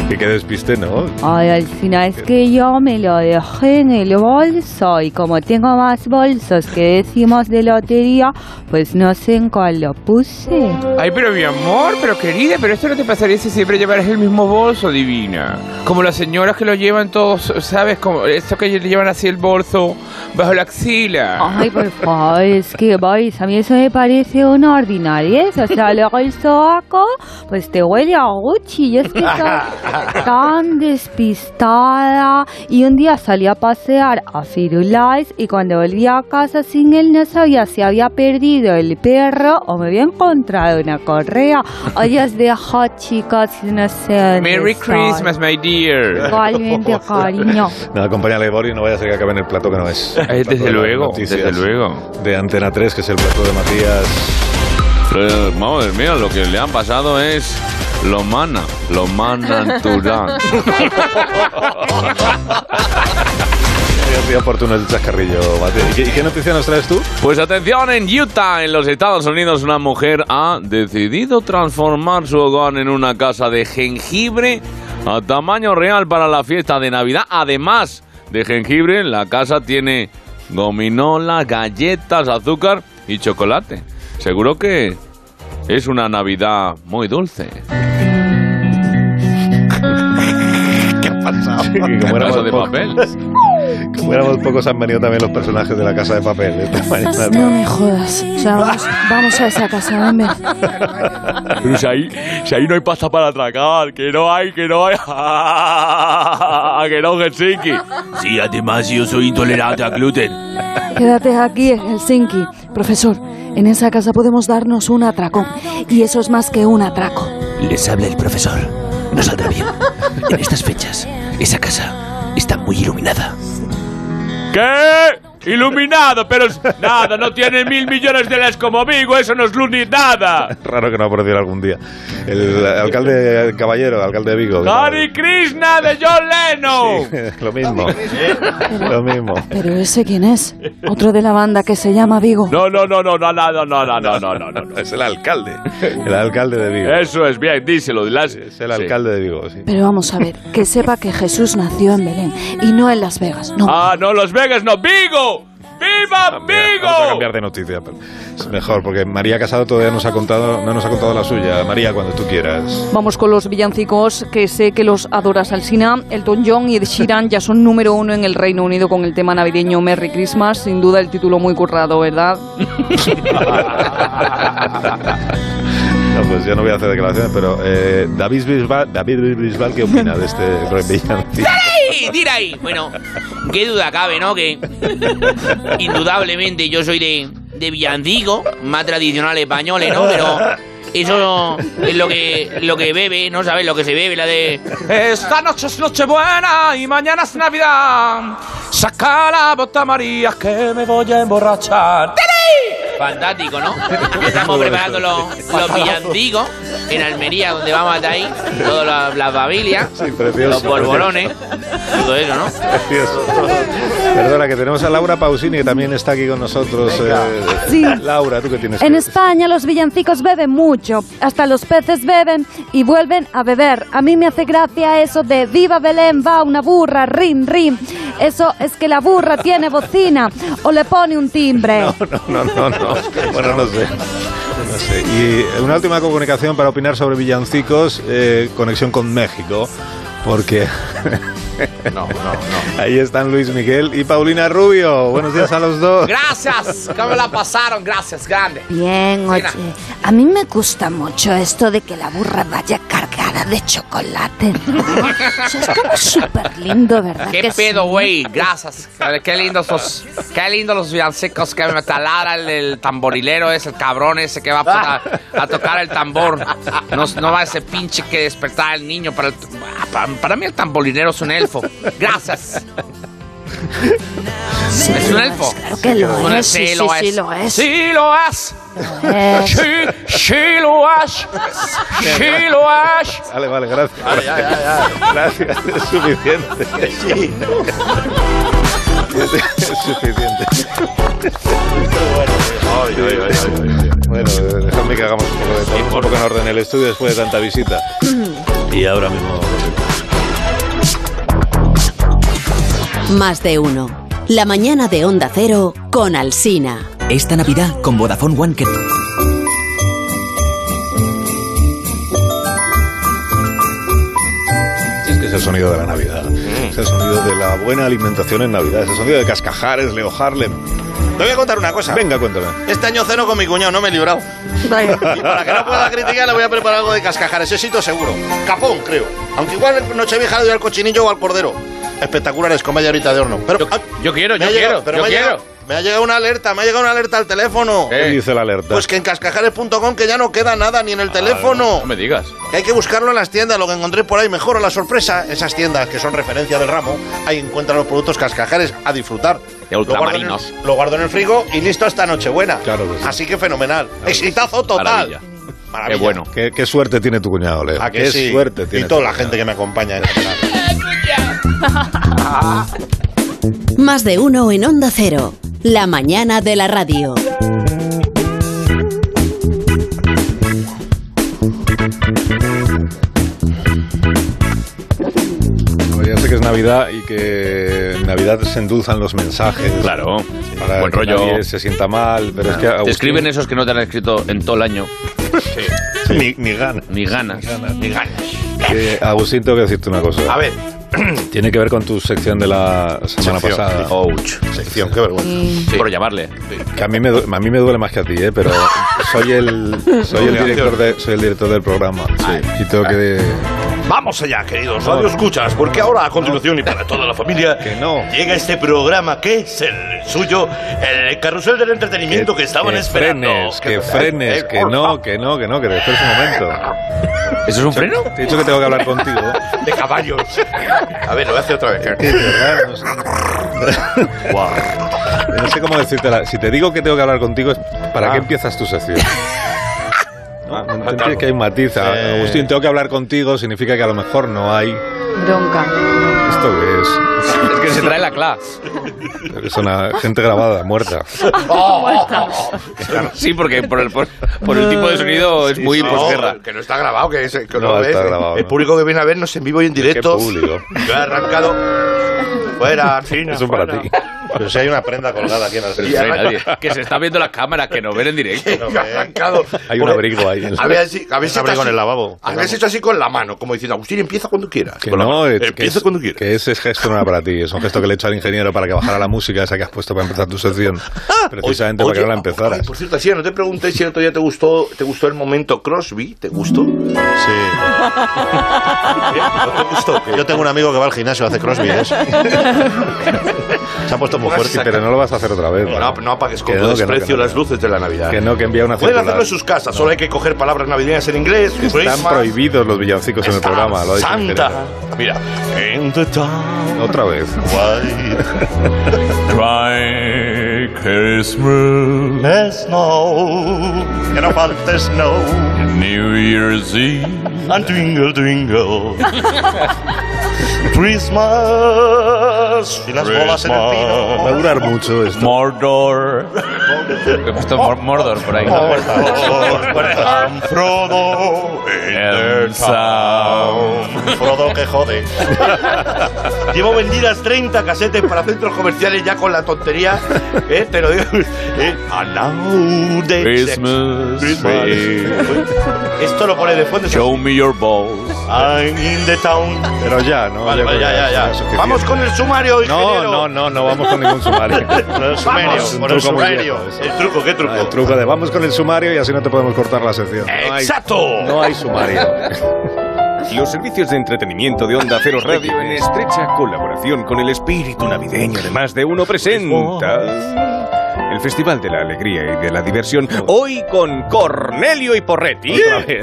Speaker 1: Que qué despiste, ¿no?
Speaker 11: Ay, al final es que yo me lo dejé en el bolso y como tengo más bolsos que decimos de lotería, pues no sé en cuál lo puse.
Speaker 12: Ay, pero mi amor, pero querida, pero esto no te pasaría si siempre llevaras el mismo bolso, divina. Como las señoras que lo llevan todos, ¿sabes? Como esto que le llevan así el bolso bajo la axila.
Speaker 11: Ay, por favor, es que vais, a mí eso me parece una ordinariez. O sea, luego el sobaco, pues te huele a Gucci. Yo es que soy tan despistada. Y un día salí a pasear a Firulais y cuando volví a casa sin él no sabía si había perdido el perro o me había encontrado una correa. Hoy os dejo, chicos, no sé. dónde
Speaker 12: Merry
Speaker 11: estoy.
Speaker 12: Christmas, my dear.
Speaker 11: Igualmente, cariño.
Speaker 1: No, acompáñale, Bori, no vaya a ser que acabe en el plato que no es.
Speaker 12: Eh,
Speaker 1: El plato
Speaker 12: desde
Speaker 1: de las
Speaker 12: luego,
Speaker 1: noticias
Speaker 12: desde luego.
Speaker 1: De Antena 3, que es el plato de Matías.
Speaker 5: Pero, madre mía, lo que le han pasado es lo mana, lo mana natural.
Speaker 1: Qué día oportuno el chascarrillo, Matías. ¿Y qué, y qué noticia nos traes tú?
Speaker 5: Pues atención, en Utah, en los Estados Unidos, una mujer ha decidido transformar su hogar en una casa de jengibre a tamaño real para la fiesta de Navidad. Además de jengibre, la casa tiene gominola, galletas, azúcar y chocolate. Seguro que es una Navidad muy dulce.
Speaker 1: Como
Speaker 5: Casa
Speaker 1: éramos,
Speaker 5: de
Speaker 1: pocos,
Speaker 5: papel.
Speaker 1: como éramos pocos, han venido también los personajes de la casa de papel. ¿eh? Esta mañana.
Speaker 13: No me jodas. O sea, vamos, vamos a esa casa, dame.
Speaker 14: Pero si ahí, si ahí no hay pasta para atracar, que no hay, que no hay. que no, Helsinki. Sí, además yo soy intolerante al gluten.
Speaker 13: Quédate aquí en Helsinki. Profesor, en esa casa podemos darnos un atracón. Y eso es más que un atraco.
Speaker 14: Les habla el profesor. No saldrá bien. En estas fechas, esa casa está muy iluminada.
Speaker 15: ¿Qué? Iluminado, pero es- nada, no tiene mil millones de las como Vigo, eso no es luz ni nada.
Speaker 1: Raro que no apareciera algún día. El alcalde Caballero, alcalde de Vigo. que
Speaker 15: Hare Krishna de John Lennon.
Speaker 1: tal? Lo mismo.
Speaker 5: ¿Eh?
Speaker 1: Lo mismo.
Speaker 13: Pero ese quién es? Otro de la banda que se llama Vigo.
Speaker 15: No, no, no, no, no, no, no, no, no, no, no, no, no.
Speaker 1: Es el alcalde. El alcalde de Vigo.
Speaker 15: Eso es bien, díselo, Dilas. Es
Speaker 1: el alcalde de Vigo, sí.
Speaker 13: Pero vamos a ver, que sepa que Jesús nació en Belén y no en Las Vegas. No.
Speaker 15: Ah, no, Las Vegas, no, Vigo. ¡Viva
Speaker 1: Vamos a
Speaker 15: Vigo!
Speaker 1: cambiar de noticia. pero Es mejor, porque María Casado todavía nos ha contado, no nos ha contado la suya. María, cuando tú quieras.
Speaker 9: Vamos con los villancicos, que sé que los adoras Alsina. Elton John y Ed Sheeran ya son número uno en el Reino Unido con el tema navideño Merry Christmas. Sin duda el título muy currado, ¿verdad?
Speaker 1: No, pues yo no voy a hacer declaraciones, pero eh, David Bisbal, David Bisbal, ¿qué opina de este villancico?
Speaker 16: ahí, tira ahí. Bueno, qué duda cabe, ¿no? Que indudablemente yo soy de, de villancico, más tradicional español, ¿no? Pero eso es lo que, lo que bebe, ¿no sabes? Lo que se bebe, la de...
Speaker 8: Esta noche es Nochebuena y mañana es Navidad. Saca la bota María que me voy a emborrachar.
Speaker 16: Fantástico, ¿no? Estamos preparando los, los villancicos en Almería, donde vamos a estar ahí, todas las, las familias,
Speaker 1: Sí, precioso.
Speaker 16: los borbolones, todo eso, ¿no?
Speaker 1: Precioso. Perdona, que tenemos a Laura Pausini, que también está aquí con nosotros. eh,
Speaker 9: Sí.
Speaker 1: Laura, ¿tú qué tienes? que
Speaker 9: En España los villancicos beben mucho, hasta los peces beben y vuelven a beber. A mí me hace gracia eso de viva Belén, va una burra, rin, rin. Eso es que la burra tiene bocina o le pone un timbre.
Speaker 1: No, no, no. Bueno, no sé. No sé. Y una última comunicación para opinar sobre villancicos, eh, conexión con México, porque... No, no, no. Ahí están Luis Miguel y Paulina Rubio. Buenos días a los dos.
Speaker 16: Gracias, ¿cómo la pasaron? Gracias, grande.
Speaker 17: Bien, oye. A mí me gusta mucho esto de que la burra vaya cargada de chocolate. Eso es como súper lindo, ¿verdad?
Speaker 16: ¿Qué
Speaker 17: que sí?
Speaker 16: pedo, güey? Gracias. Qué lindos los, qué lindos los villancicos que me talara el, el tamborilero ese, el cabrón ese que va a, tocar- a tocar el tambor. No, no va ese pinche que despertar al niño. Para, el- para, para mí el tamborilero es un elfo. Gracias. es un elfo.
Speaker 17: Claro que lo
Speaker 16: Bueno,
Speaker 17: es, sí, sí, sí, lo es.
Speaker 8: Sí lo es.
Speaker 17: es.
Speaker 8: Sí, sí lo es. Sí lo es.
Speaker 1: Vale, vale, gracias.
Speaker 8: Vale, ya, ya,
Speaker 1: Gracias, es suficiente. Es suficiente. Bueno, eh, dejadme que hagamos un poco de todo, un poco en orden el estudio después de tanta visita. Y ahora mismo...
Speaker 18: Más de uno. La mañana de Onda Cero con Alsina.
Speaker 10: Esta Navidad con Vodafone One que...
Speaker 1: Es que es el sonido de la Navidad.
Speaker 3: Mm.
Speaker 1: Es el sonido de la buena alimentación en Navidad. Es el sonido de cascajares, Leo Harlem.
Speaker 3: Te voy a contar una cosa.
Speaker 1: Venga, cuéntame.
Speaker 3: Este año ceno con mi cuñado, no me he librado. Y para que no pueda criticar, le voy a preparar algo de cascajares. Ese sitio seguro. Capón, creo. Aunque igual en Nochevieja le doy al cochinillo o al cordero. Espectaculares con mayarita de horno. Pero, ah,
Speaker 19: Yo quiero,
Speaker 3: me
Speaker 19: yo
Speaker 3: ha llegado-
Speaker 19: quiero,
Speaker 3: pero
Speaker 19: yo
Speaker 3: me ha
Speaker 19: quiero.
Speaker 3: llegado- me ha llegado una alerta, me ha llegado una alerta al teléfono.
Speaker 5: Eh.
Speaker 1: ¿Qué dice Ah, la alerta?
Speaker 3: Pues que en cascajares.com que ya no queda nada ni en el teléfono.
Speaker 5: No me digas.
Speaker 3: Que hay que buscarlo en las tiendas, lo que encontré por ahí mejor a la sorpresa. Esas tiendas que son referencia del ramo, ahí encuentran los productos cascajares a disfrutar.
Speaker 5: De ultramarinos.
Speaker 3: Lo guardo en el, lo guardo en el frigo y listo hasta Nochebuena. Así que fenomenal. Exitazo total.
Speaker 1: Maravilla.
Speaker 3: Maravilla.
Speaker 1: Qué, qué suerte tiene tu cuñado, Leo.
Speaker 3: ¿A Ah, que
Speaker 1: qué
Speaker 3: sí?
Speaker 1: suerte tiene.
Speaker 3: Y toda
Speaker 1: tu
Speaker 3: la
Speaker 1: cuñado.
Speaker 3: gente que me acompaña. en general.
Speaker 18: Más de uno en Onda Cero. La mañana de la radio.
Speaker 1: Bueno, Ya sé que es Navidad y que en Navidad se endulzan los mensajes. Claro. Para
Speaker 5: Buen
Speaker 1: que
Speaker 5: rollo.
Speaker 1: nadie se sienta mal, pero es que.
Speaker 5: Te
Speaker 1: Agustín-
Speaker 5: escriben esos que no te han escrito en todo el año.
Speaker 1: Ni, ganas.
Speaker 5: Ni ganas. Ni ganas.
Speaker 1: que, Agustín, tengo que decirte una cosa.
Speaker 5: A ver.
Speaker 1: Tiene que ver con tu sección de la semana
Speaker 5: Sección.
Speaker 1: pasada.
Speaker 5: Ouch.
Speaker 1: Sección, qué vergüenza.
Speaker 5: Por llamarle.
Speaker 1: Que a mí me duele, a mí me duele más que a ti, ¿eh? pero soy el soy el director de soy el director del programa y tengo que
Speaker 3: Vamos allá, queridos radio escuchas, porque ahora a continuación y para toda la familia llega este programa que es el suyo, el carrusel del entretenimiento que, estaban esperando.
Speaker 1: frenes, que frenes, que no, que no, que no, que después un momento.
Speaker 5: ¿Eso es un
Speaker 1: freno? Te he dicho que tengo que hablar contigo.
Speaker 3: De caballos. A ver, lo hace otra vez.
Speaker 1: Sí, de verdad, no sé. No sé cómo decírtela. Si te digo que tengo que hablar contigo, es ¿para
Speaker 3: Ah.
Speaker 1: qué empiezas tu sección? No, no entiendes que hay matiz. Agustín, tengo que hablar contigo, significa que a lo mejor no hay.
Speaker 20: Bronca.
Speaker 1: ¿Esto qué es?
Speaker 5: Es que se trae la clase.
Speaker 1: Es una gente grabada, muerta.
Speaker 16: Oh.
Speaker 5: Sí, porque por el, por, por el tipo de sonido es muy
Speaker 3: no,
Speaker 5: posguerra.
Speaker 3: Que no está grabado, que, es, que no,
Speaker 5: No,
Speaker 3: lo ves.
Speaker 5: está grabado,
Speaker 3: el
Speaker 5: no.
Speaker 3: público que viene a vernos en vivo y en directo.
Speaker 1: público.
Speaker 3: Yo he arrancado. Fuera, China.
Speaker 1: Eso para ti.
Speaker 4: Pero si hay una prenda colgada aquí en el
Speaker 5: Pero si no hay nadie. Que se está viendo las cámaras, que nos ven en directo.
Speaker 1: Hay un abrigo ahí.
Speaker 3: A ver, si- a ver si
Speaker 1: Un abrigo
Speaker 3: está
Speaker 1: en el lavabo.
Speaker 3: Habéis hecho así con la mano, como diciendo, Agustín, empieza cuando quieras.
Speaker 1: Que
Speaker 3: Con la
Speaker 1: no,
Speaker 3: mano.
Speaker 1: es- que,
Speaker 3: empieza
Speaker 1: es-
Speaker 3: cuando
Speaker 1: que ese gesto no era para ti, es un gesto que le he hecho al ingeniero para que bajara la música esa que has puesto para empezar tu sección, precisamente para que no la empezaras.
Speaker 3: Por cierto, así no te pregunté si el otro día te gustó, te gustó el momento Crosby, ¿te gustó?
Speaker 1: Sí.
Speaker 4: Yo tengo un amigo que va al gimnasio, hace crossfit. ¿eh?
Speaker 1: Se ha puesto
Speaker 4: muy
Speaker 1: Sí, pero no lo vas a hacer otra vez.
Speaker 3: No, no apagues con
Speaker 1: Que
Speaker 3: tu
Speaker 1: no, que no,
Speaker 3: desprecio
Speaker 1: que no.
Speaker 3: las luces de la Navidad.
Speaker 1: Que no, que envía una
Speaker 3: Pueden
Speaker 1: circular.
Speaker 3: hacerlo en sus casas, solo hay que coger palabras navideñas en inglés.
Speaker 1: Están
Speaker 3: Christmas,
Speaker 1: prohibidos los villancicos en el
Speaker 3: Star,
Speaker 1: programa. Lo ha dicho el
Speaker 3: Pues Santa.
Speaker 1: ingeniero.
Speaker 3: Mira.
Speaker 1: Otra vez.
Speaker 14: Cry Christmas.
Speaker 4: Snow, que no falte snow.
Speaker 14: New Year's Eve.
Speaker 3: Ah,
Speaker 4: And twinkle, twinkle. Christmas. Y las bolas en el pino.
Speaker 1: Va a durar mucho esto.
Speaker 14: Mordor.
Speaker 21: He puesto Mor- Mordor por ahí.
Speaker 4: Frodo.
Speaker 3: Frodo que jode. Llevo vendidas 30 casetes para centros comerciales ya con la tontería. ¿eh? Te lo digo. ¿eh? Allow the sex.
Speaker 14: Christmas.
Speaker 3: Christmas. Esto lo pone de fondo.
Speaker 14: Show me your balls.
Speaker 3: I'm in the town.
Speaker 1: Pero ya, ¿no?
Speaker 3: Vale,
Speaker 1: Yo
Speaker 3: vale,
Speaker 1: creo
Speaker 3: ya,
Speaker 1: que
Speaker 3: ya, ya.
Speaker 1: es suficiente.
Speaker 3: Vamos con el sumario, ingeniero.
Speaker 1: No, no, no, no vamos con ningún sumario.
Speaker 3: el sumario,
Speaker 1: Vamos, un
Speaker 3: con
Speaker 1: truco
Speaker 3: el
Speaker 1: muy
Speaker 3: sumario.
Speaker 1: viejo, eso.
Speaker 3: El truco, ¿qué truco?
Speaker 1: Ah, El truco de vamos con el sumario y así no te podemos cortar la sección. No hay-
Speaker 3: ¡Exacto!
Speaker 1: No hay sumario.
Speaker 22: Los servicios de entretenimiento de Onda Cero Radio, en estrecha colaboración con el espíritu navideño de más de uno, presenta el Festival de la Alegría y de la Diversión. Hoy con Cornelio y Porretti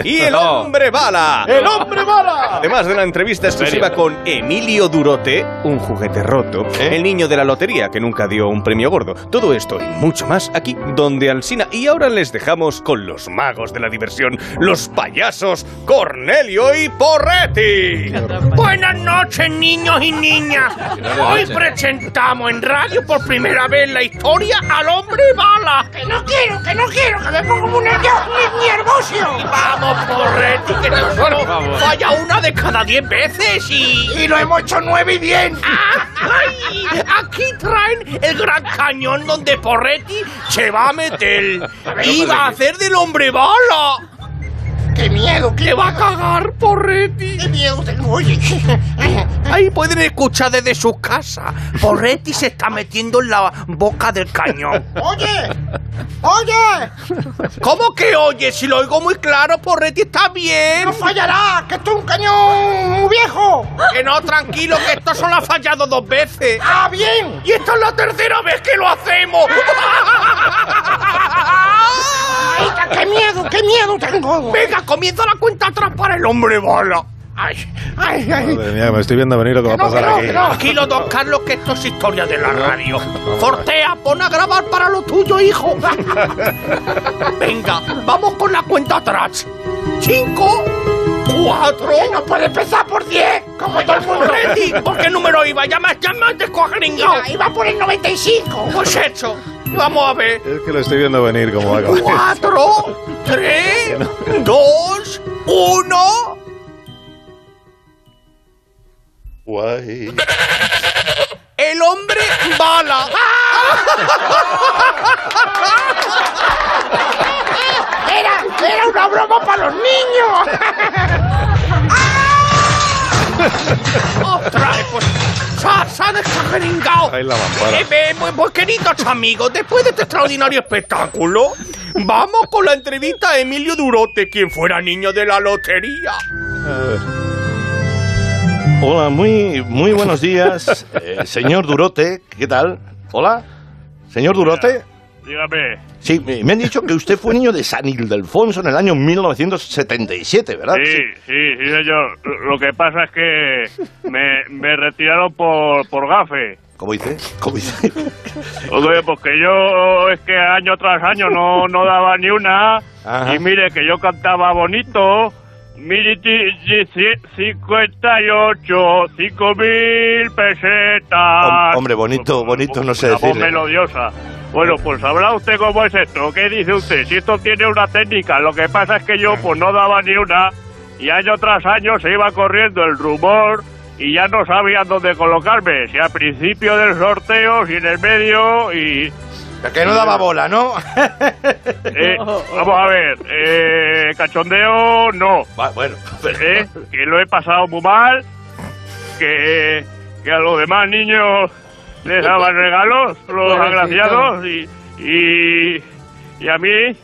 Speaker 22: y el hombre
Speaker 8: Ah.
Speaker 22: bala.
Speaker 3: ¡El hombre bala!
Speaker 22: Además de la entrevista exclusiva con Emilio Durote, un juguete roto, el niño de la lotería que nunca dio un premio gordo. Todo esto y mucho más aquí, donde Alsina. Y ahora les dejamos con los magos de la diversión, los payasos Cornelio y Porretti.
Speaker 16: Buenas noches, niños y niñas. Hoy presentamos en radio por primera vez en la historia al hombre bala. Que no quiero, que no quiero, que me pongo un nervioso. Vamos, porretti, que nosotros falla una de cada diez veces y... Y lo hemos hecho nueve y diez. aquí traen el gran cañón donde Porretti se va a meter. Y va a hacer del hombre bala. ¡Qué miedo! ¡Que va a cagar, Porretti! ¡Qué miedo tengo!
Speaker 23: Ahí pueden escuchar desde su casa. Porretti se está metiendo en la boca del cañón.
Speaker 16: ¡Oye! ¡Oye!
Speaker 23: ¿Cómo que oye? Si lo oigo muy claro, Porretti está bien.
Speaker 16: ¡No fallará! ¡Que esto es un cañón muy viejo!
Speaker 23: Que no, tranquilo, que esto solo ha fallado dos veces.
Speaker 16: ¡Ah, bien! ¡Y esta es la tercera vez que lo hacemos! ¡Ay, qué miedo, qué miedo tengo! Venga, comienza la cuenta atrás para el hombre bola. ¡Ay, ay, ay!
Speaker 1: Madre mía, me estoy viendo venir lo que va a pasar aquí.
Speaker 23: Tranquilo, don Carlos, que esto es historia de la radio. Fortea, pon a grabar para lo tuyo, hijo. Venga, vamos con la cuenta atrás. Cinco, cuatro.
Speaker 16: no puede empezar por 10! ¡Como todo el mundo!
Speaker 23: Freddy, ¿por qué número iba? Ya me, ya me has descuajringado.
Speaker 16: Iba- iba por el 95.
Speaker 23: Pues hecho. Vamos a ver.
Speaker 1: Es que lo estoy viendo venir como va a acabar.
Speaker 23: Cuatro, tres, dos, uno.
Speaker 4: Guay.
Speaker 23: El hombre bala.
Speaker 16: ¡Era, era una broma para los niños!
Speaker 23: ¡Ostras! Pues, se ha- se ha descajeringado.
Speaker 1: Ahí la mampara.
Speaker 23: Eh, eh, pues, pues, queridos amigos, después de este extraordinario espectáculo, vamos con la entrevista a Emilio Durote, quien fuera niño de la lotería.
Speaker 4: Hola, muy, muy buenos días, eh, señor Durote. ¿Qué tal? Hola, señor Durote.
Speaker 24: Dígame,
Speaker 4: Sí, me me han dicho que usted fue niño de San Ildefonso en el año 1977, ¿verdad?
Speaker 24: sí, sí, sí, señor. Lo que pasa es que me, me retiraron por, por gafe.
Speaker 4: ¿Cómo dice? ¿Cómo dice?
Speaker 24: Oye, porque yo es que año tras año no, no daba ni una.
Speaker 4: Ajá.
Speaker 24: Y mire que yo cantaba bonito. Mire, ti- ti- ci- 58, 5 mil pesetas.
Speaker 3: Ah,
Speaker 4: Hom- Hombre,
Speaker 3: pues,
Speaker 4: bonito, bonito, no sé
Speaker 24: La voz
Speaker 4: decirle.
Speaker 24: melodiosa. Bueno, pues sabrá usted cómo es esto. ¿Qué dice usted? Si esto tiene una técnica, lo que pasa es que yo pues no daba ni una y año tras año se iba corriendo el rumor y ya no sabía dónde colocarme, si al principio del sorteo, si en el medio y...
Speaker 3: Que no daba bola, ¿no?
Speaker 24: Eh, vamos a ver, eh, cachondeo no.
Speaker 3: bueno,
Speaker 24: Eh, que lo he pasado muy mal, que, que a los demás niños les daban regalos, los Pobrecito. agraciados, y, y, y a mí,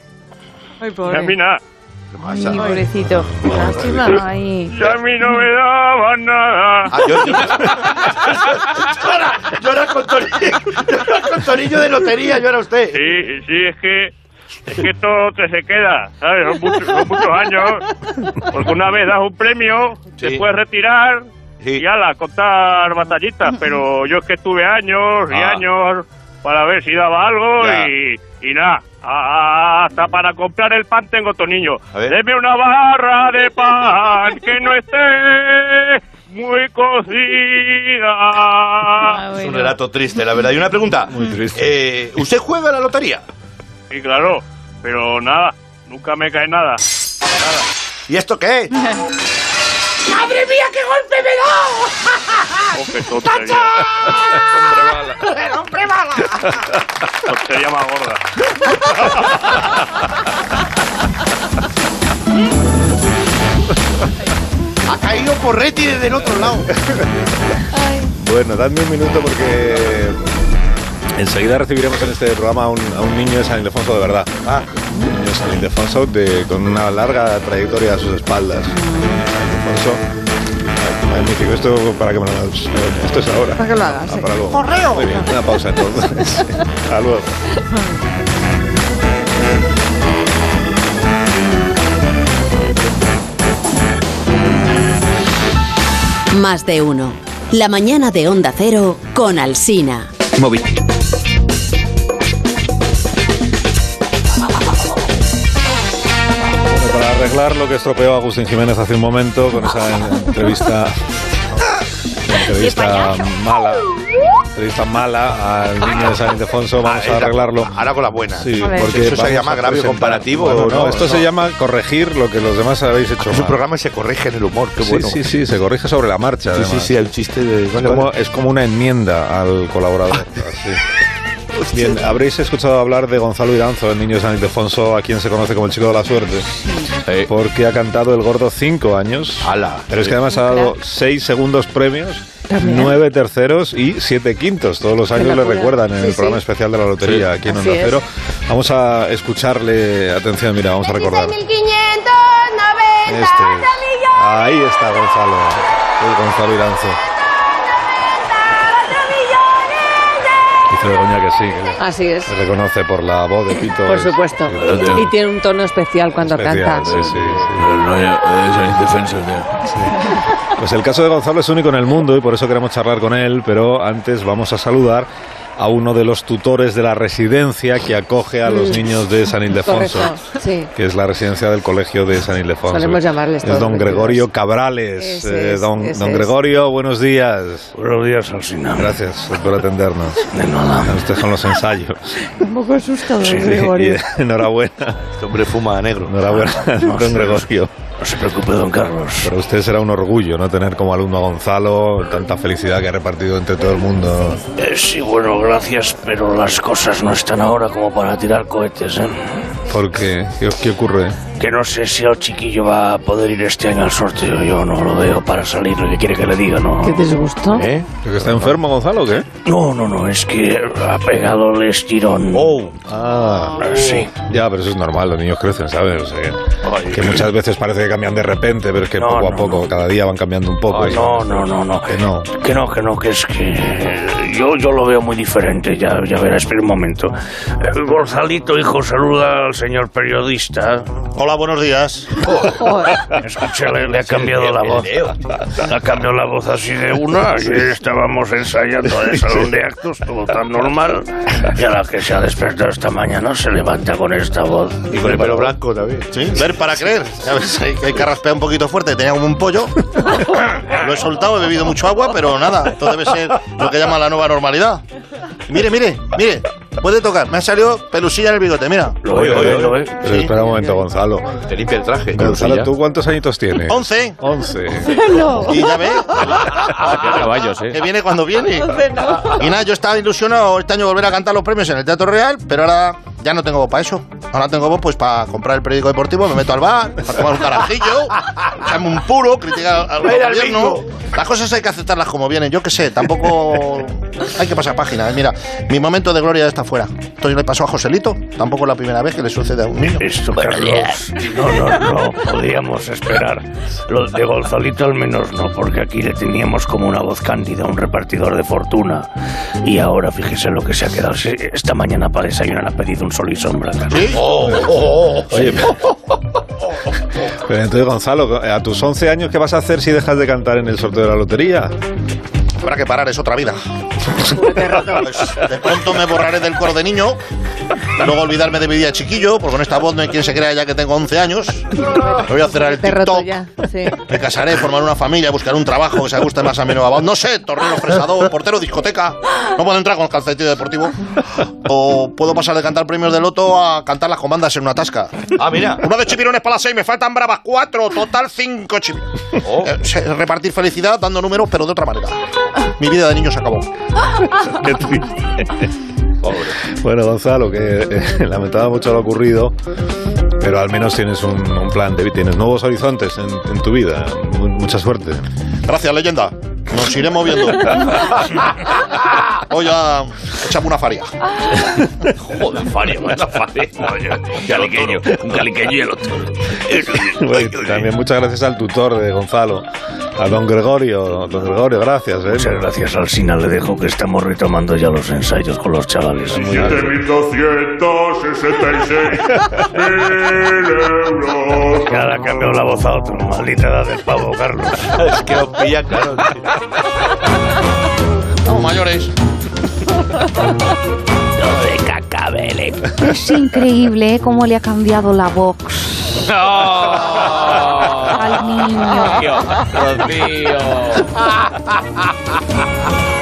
Speaker 24: y a mí nada.
Speaker 11: Ay, pobrecito. Lástima. Ay.
Speaker 24: Y a mí no me daban nada.
Speaker 3: Llora, llora con torillo, llora con torillo de lotería, llora usted.
Speaker 24: Sí, sí, es que, es que todo te se queda, ¿sabes? Son muchos, son muchos años, porque una vez das un premio, te puedes retirar y ala, contar batallitas, pero yo es que estuve años y
Speaker 3: Ah.
Speaker 24: años para ver si daba algo
Speaker 3: Ya.
Speaker 24: y, y nada. Ah, ah, Hasta para comprar el pan tengo tonillo.
Speaker 3: A ver.
Speaker 24: Deme una barra de pan que no esté muy cocida.
Speaker 3: Es un relato triste, la verdad. Y una pregunta. Muy triste. ¿Usted juega a la lotería?
Speaker 24: Sí, claro, pero nada, nunca me cae nada.
Speaker 3: ¿Y esto qué es?
Speaker 16: ¡Madre mía, qué golpe me da!
Speaker 24: Oh, ¡Qué tontería!
Speaker 16: ¡El hombre bala!
Speaker 24: tontería más gorda.
Speaker 3: Ha caído Porretti desde el otro lado.
Speaker 1: Bueno, dadme un minuto porque enseguida recibiremos en este programa a un, a un niño de San Ildefonso de verdad. Ah, un niño de San Ildefonso de- con una larga trayectoria a sus espaldas. San Ildefonso. Ay, Magnífico, esto para que me lo Esto es ahora.
Speaker 2: Para que lo hagas,
Speaker 1: Ah,
Speaker 2: sí.
Speaker 1: para luego.
Speaker 2: Correo.
Speaker 1: Muy bien, una pausa entonces. Hasta luego.
Speaker 18: Más de uno. La mañana de Onda Cero con Alsina.
Speaker 25: Móvil.
Speaker 1: Bueno, para arreglar lo que estropeó Agustín Jiménez hace un momento con esa en- entrevista. Entrevista mala. Entrevista mala al niño de San Ildefonso. Vamos a arreglarlo.
Speaker 3: Ah, Ahora con la buena.
Speaker 1: Sí,
Speaker 3: A ver.
Speaker 1: porque
Speaker 3: eso se
Speaker 1: vamos
Speaker 3: llama
Speaker 1: a
Speaker 3: agravio
Speaker 1: presentar-
Speaker 3: comparativo.
Speaker 1: Bueno,
Speaker 3: ¿o
Speaker 1: no, esto se llama corregir lo que los demás habéis hecho.
Speaker 3: Es un
Speaker 1: mal.
Speaker 3: programa que se corrige en el humor, qué
Speaker 1: Sí,
Speaker 3: bueno.
Speaker 1: sí, sí, se corrige sobre la marcha.
Speaker 3: Sí, sí,
Speaker 1: además.
Speaker 3: sí, el chiste de. Ah,
Speaker 1: Es como, es como una enmienda al colaborador. así. Bien, habréis escuchado hablar de Gonzalo Iranzo, el niño de San Ildefonso, a quien se conoce como el chico de la suerte,
Speaker 2: Eh.
Speaker 1: porque ha cantado El Gordo cinco años. Pero es que además ha dado seis segundos premios, nueve terceros y siete quintos. Todos los años le
Speaker 2: locura.
Speaker 1: recuerdan en
Speaker 2: Sí,
Speaker 1: el
Speaker 2: sí.
Speaker 1: programa especial de la lotería
Speaker 2: Sí.
Speaker 1: aquí en
Speaker 2: Así
Speaker 1: Onda
Speaker 2: es.
Speaker 1: Cero. Vamos a escucharle, atención, mira, vamos a recordar.
Speaker 2: 1590
Speaker 1: Este. Ahí está Gonzalo, el Gonzalo Iranzo. Dice Begoña que sí, que le-
Speaker 2: Así es.
Speaker 1: se reconoce por la voz de Pito.
Speaker 2: Por
Speaker 1: es-
Speaker 2: supuesto.
Speaker 1: Especial,
Speaker 2: Y tiene un tono especial cuando canta.
Speaker 1: sí, sí, sí. Pues el caso de Gonzalo es único en el mundo y por eso queremos charlar con él, pero antes vamos a saludar a uno de los tutores de la residencia que acoge a los
Speaker 2: Mm.
Speaker 1: niños de San Ildefonso.
Speaker 2: Correcto, sí.
Speaker 1: que es la residencia del colegio de San Ildefonso.
Speaker 2: Solemos llamarles
Speaker 1: Es
Speaker 2: todos
Speaker 1: don
Speaker 2: los
Speaker 1: Gregorio
Speaker 2: días.
Speaker 1: Cabrales.
Speaker 2: Ese
Speaker 1: Eh,
Speaker 2: es,
Speaker 1: don
Speaker 2: ese
Speaker 1: don
Speaker 2: es.
Speaker 1: Gregorio, buenos días. Buenos días, Alcina. Gracias por atendernos. De nada. Estos son los ensayos.
Speaker 2: Un poco asustado,
Speaker 1: Sí,
Speaker 2: Gregorio.
Speaker 1: y enhorabuena. Este hombre fuma negro. Enhorabuena,
Speaker 14: No
Speaker 1: don
Speaker 14: se-
Speaker 1: Gregorio.
Speaker 14: No se preocupe, don Carlos.
Speaker 1: Para usted será un orgullo no tener como alumno a Gonzalo, tanta felicidad que ha repartido entre todo el mundo.
Speaker 14: Eh, sí, bueno, gracias, pero las cosas no están ahora como para tirar cohetes, ¿eh?
Speaker 1: ¿Por qué? ¿Qué, qué ocurre?
Speaker 14: Que no sé si el chiquillo va a poder ir este año al sorteo. Yo no lo veo para salir, lo que quiere que le diga, ¿no?
Speaker 2: ¿Qué disgusto?
Speaker 1: ¿Eh? ¿Que está enfermo Gonzalo o qué?
Speaker 14: No, no, no, es que ha pegado el estirón.
Speaker 1: ¡Oh! Ah,
Speaker 14: Sí.
Speaker 1: Ya, pero eso es normal, los niños crecen, ¿sabes? O sea, que, que muchas veces parece que cambian de repente, pero es que poco a poco, cada día van cambiando un poco.
Speaker 14: Ay, no, no, no, no.
Speaker 1: Que no.
Speaker 14: Que no, que no, que es que eh, yo, yo lo veo muy diferente, ya, ya verás, espera un momento. Eh, Gonzalito, hijo, saluda al señor periodista.
Speaker 3: Hola, buenos días.
Speaker 14: Escucha, le, le ha cambiado la voz. Ha cambiado la voz así de una. Ayer estábamos ensayando en el salón de actos, todo tan normal. Y a la que se ha despertado esta mañana se levanta con esta voz.
Speaker 3: Y con el pelo blanco también. Sí, ver para creer. ¿Sabes? Hay, hay que raspear un poquito fuerte. Tenía como un pollo. Lo he soltado, he bebido mucho agua, pero nada. Esto debe ser lo que llama la nueva normalidad. Mire, mire, mire. Puede tocar. Me ha salido pelusilla en el bigote, mira.
Speaker 1: Pero espera un momento, Gonzalo.
Speaker 4: Te limpia el traje.
Speaker 1: Gonzalo,
Speaker 4: Pelusilla.
Speaker 1: ¿tú cuántos añitos tienes?
Speaker 3: 11.
Speaker 1: 11.
Speaker 3: Y ya ves,
Speaker 4: Ah, caballos,
Speaker 3: que viene cuando viene. Y nada, yo estaba ilusionado este año volver a cantar los premios en el Teatro Real, pero ahora ya no tengo voz para eso. Ahora tengo voz pues para comprar el periódico deportivo, me meto al bar, a tomar un carajillo, echarme un puro, criticar al, al
Speaker 16: Ver al
Speaker 3: gobierno. Las cosas hay que aceptarlas como vienen, yo qué sé, tampoco hay que pasar páginas. Mira, mi momento de gloria ya está fuera. Esto le pasó a Joselito, tampoco es la primera vez que le sucede a un niño.
Speaker 14: Esto, Carlos. No, no, no. Podíamos esperar. Los de Gonzalito al menos no, porque aquí le teníamos como una voz cándida, un repartidor de fortuna. Y ahora fíjese lo que se ha quedado. Sí, Esta mañana para desayunar ha pedido un sol y sombra. Carlos.
Speaker 8: Oh,
Speaker 1: Oye, pero entonces, Gonzalo, ¿a tus 11 años qué vas a hacer si dejas de cantar en el sorteo de la lotería?
Speaker 3: Habrá que parar, es otra vida. Pues, de pronto me borraré del coro de niño, luego olvidarme de mi vida de chiquillo, porque con esta voz no hay quien se crea ya que tengo 11 años. Me voy a cerrar el TikTok,
Speaker 2: ya. Sí.
Speaker 3: me casaré, formar una familia, buscar un trabajo que se ajuste más a mi nueva voz. No sé, tornero, fresador, portero, discoteca. No puedo entrar con el calcetillo deportivo. O puedo pasar de cantar premios de loto a cantar las comandas en una tasca.
Speaker 4: Ah, mira.
Speaker 3: Una de chipirones para las 6, me faltan bravas 4, total 5 chipirones.
Speaker 4: Oh.
Speaker 3: Repartir felicidad dando números, pero de otra manera. Mi vida de niño se acabó.
Speaker 1: Qué triste. Bueno, Gonzalo, que eh, lamentaba mucho lo ocurrido, pero al menos tienes un, un plan de vida, tienes nuevos horizontes en, en tu vida. Mu- Mucha suerte.
Speaker 3: Gracias, leyenda. Nos iremos viendo. Hoy a echamos una faria.
Speaker 14: Joder, faria, buena faria. Caliqueño, un caliqueño y el otro.
Speaker 1: Bueno, También muchas gracias al tutor de Gonzalo, a don Gregorio. Don Gregorio, gracias. ¿eh?
Speaker 14: Muchas gracias, Alsina. Le dejo que estamos retomando ya los ensayos con los chavales.
Speaker 24: 7266 mil euros.
Speaker 14: Ya le ha cambiado la voz a otro. Maldita edad del pavo, Carlos.
Speaker 4: es que os pilla, claro.
Speaker 3: Estamos mayores.
Speaker 10: de cacabele.
Speaker 9: Es increíble ¿eh? cómo le ha cambiado la voz.
Speaker 5: Dios mío.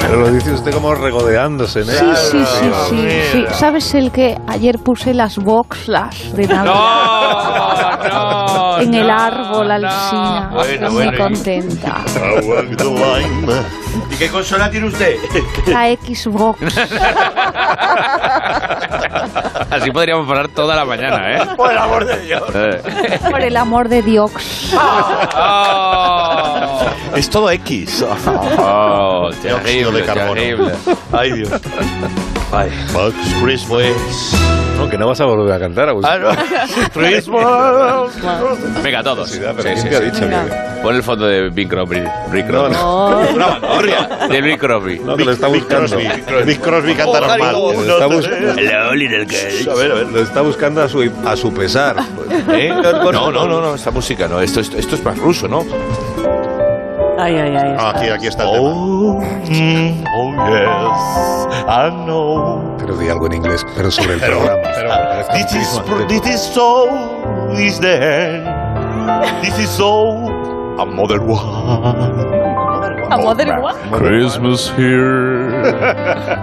Speaker 1: Pero lo dice usted como regodeándose, ¿eh?
Speaker 9: Sí, sí, sí, sí, sí. ¿Sabes el que ayer puse las boxlas de Navidad? en el árbol alcina.
Speaker 4: Bueno,
Speaker 9: Estoy muy
Speaker 4: bueno.
Speaker 9: contenta.
Speaker 4: ¿Y qué consola tiene usted?
Speaker 9: La Xbox.
Speaker 5: Así podríamos pasar toda la mañana, ¿eh?
Speaker 4: Por el amor de Dios.
Speaker 9: Eh. Por el amor de Dios.
Speaker 4: Es todo X.
Speaker 5: Oh,
Speaker 3: Dióxido de carbono.
Speaker 4: Ay, Dios. Ay.
Speaker 3: Fox Christmas.
Speaker 1: No, que no vas a volver a cantar,
Speaker 4: Ah, no.
Speaker 5: Venga, todos.
Speaker 1: pero ¿quién te ha dicho
Speaker 5: Pon el fondo de Big Crosby. Rick
Speaker 1: No,
Speaker 5: Crosby.
Speaker 1: no.
Speaker 5: Una bandurria. De Big Crosby.
Speaker 1: No, que lo está buscando.
Speaker 3: Big Crosby canta normal.
Speaker 1: Lo está bus-
Speaker 14: La Oli del
Speaker 1: A ver, a ver, lo está buscando a su, a su pesar. pues,
Speaker 4: ¿Eh? No, no, no, no, esta música no. Esto, esto, esto es más ruso, ¿no?
Speaker 2: Ay, ay, ay.
Speaker 3: Ah, aquí, aquí está
Speaker 4: Oh, mm, oh, yes, I know.
Speaker 1: Pero di algo en inglés, pero sobre el programa.
Speaker 4: This is, pr- this is so, is the end. This is so, a mother one.
Speaker 2: A mother what?
Speaker 5: Christmas here.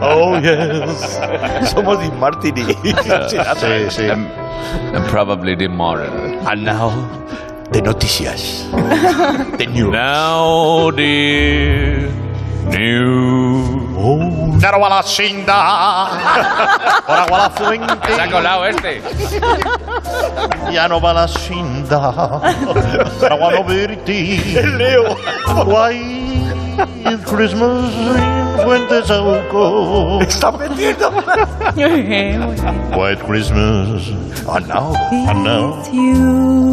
Speaker 4: Oh, yes. Somos de Martini.
Speaker 3: Sí, sí.
Speaker 5: And probably tomorrow.
Speaker 4: And now, de noticias. The news.
Speaker 5: Now, dear. New.
Speaker 3: Claro a la cinda. Por agua a la fuente.
Speaker 5: Se ha colado este.
Speaker 3: Ya no va a la cinda. Por agua no verti.
Speaker 4: Leo.
Speaker 3: Guay. It's Christmas in Fuentes Auco.
Speaker 4: Está metiendo.
Speaker 3: White Christmas.
Speaker 4: Oh, no.
Speaker 3: Ah, no.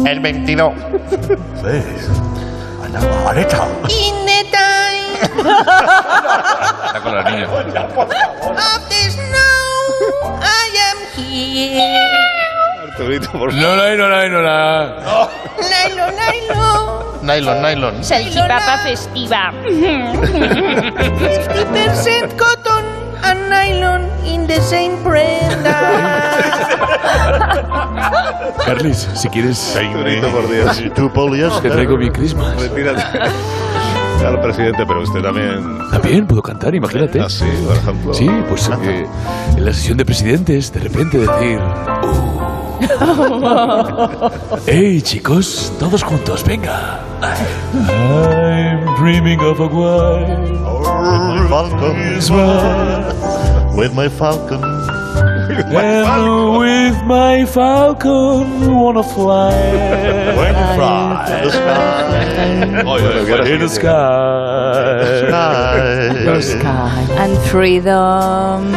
Speaker 3: El 22.
Speaker 4: Oh, no. Areta.
Speaker 16: In the time
Speaker 5: Está con los niños.
Speaker 16: of the snow, I am here.
Speaker 1: Arturito, por
Speaker 5: No, no, no, no, no, no.
Speaker 16: Nailo, nailo.
Speaker 3: Nylon, nylon.
Speaker 16: Salchipapa festiva. 50% cotton and nylon in the same prenda.
Speaker 15: Carlis, si quieres.
Speaker 1: Arturito, por Dios.
Speaker 15: Te traigo mi Christmas.
Speaker 1: Retírate. al presidente, pero usted también.
Speaker 8: También puedo cantar, imagínate. Ah, sí,
Speaker 1: por ejemplo.
Speaker 8: Sí, pues eh, en la sesión de presidentes, de repente decir. ¡Hey, chicos! Todos juntos, venga. I'm dreaming of a
Speaker 15: With my falcon.
Speaker 8: And with my falcon wanna fly.
Speaker 15: Wanna fly.
Speaker 8: In the sky.
Speaker 9: And freedom.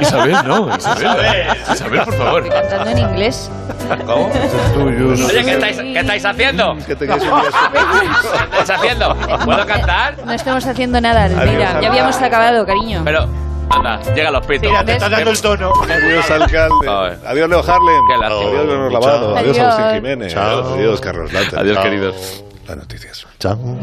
Speaker 8: Isabel, no. Isabel, Isabel por favor.
Speaker 9: Cantando en inglés.
Speaker 8: ¿Cómo?
Speaker 16: Oye, ¿qué estáis, qué estáis haciendo? ¿Qué estáis haciendo? ¿Puedo cantar?
Speaker 9: No estamos haciendo nada, mira, ya habíamos acabado, cariño.
Speaker 16: Pero,
Speaker 5: ah,
Speaker 16: anda, llega los pitos.
Speaker 9: Mira, te está dando el
Speaker 16: tono.
Speaker 1: Adiós, alcalde. Adiós, Leo Harlem.
Speaker 16: Qué lástima.
Speaker 1: Adiós, Leonor Lavado.
Speaker 16: Chao.
Speaker 1: Adiós, Agustín
Speaker 16: Adiós.
Speaker 1: Jiménez.
Speaker 16: Chao.
Speaker 1: Adiós, Carlos Lata.
Speaker 16: Adiós,
Speaker 1: Chao.
Speaker 16: queridos.
Speaker 1: Las noticias. Chao.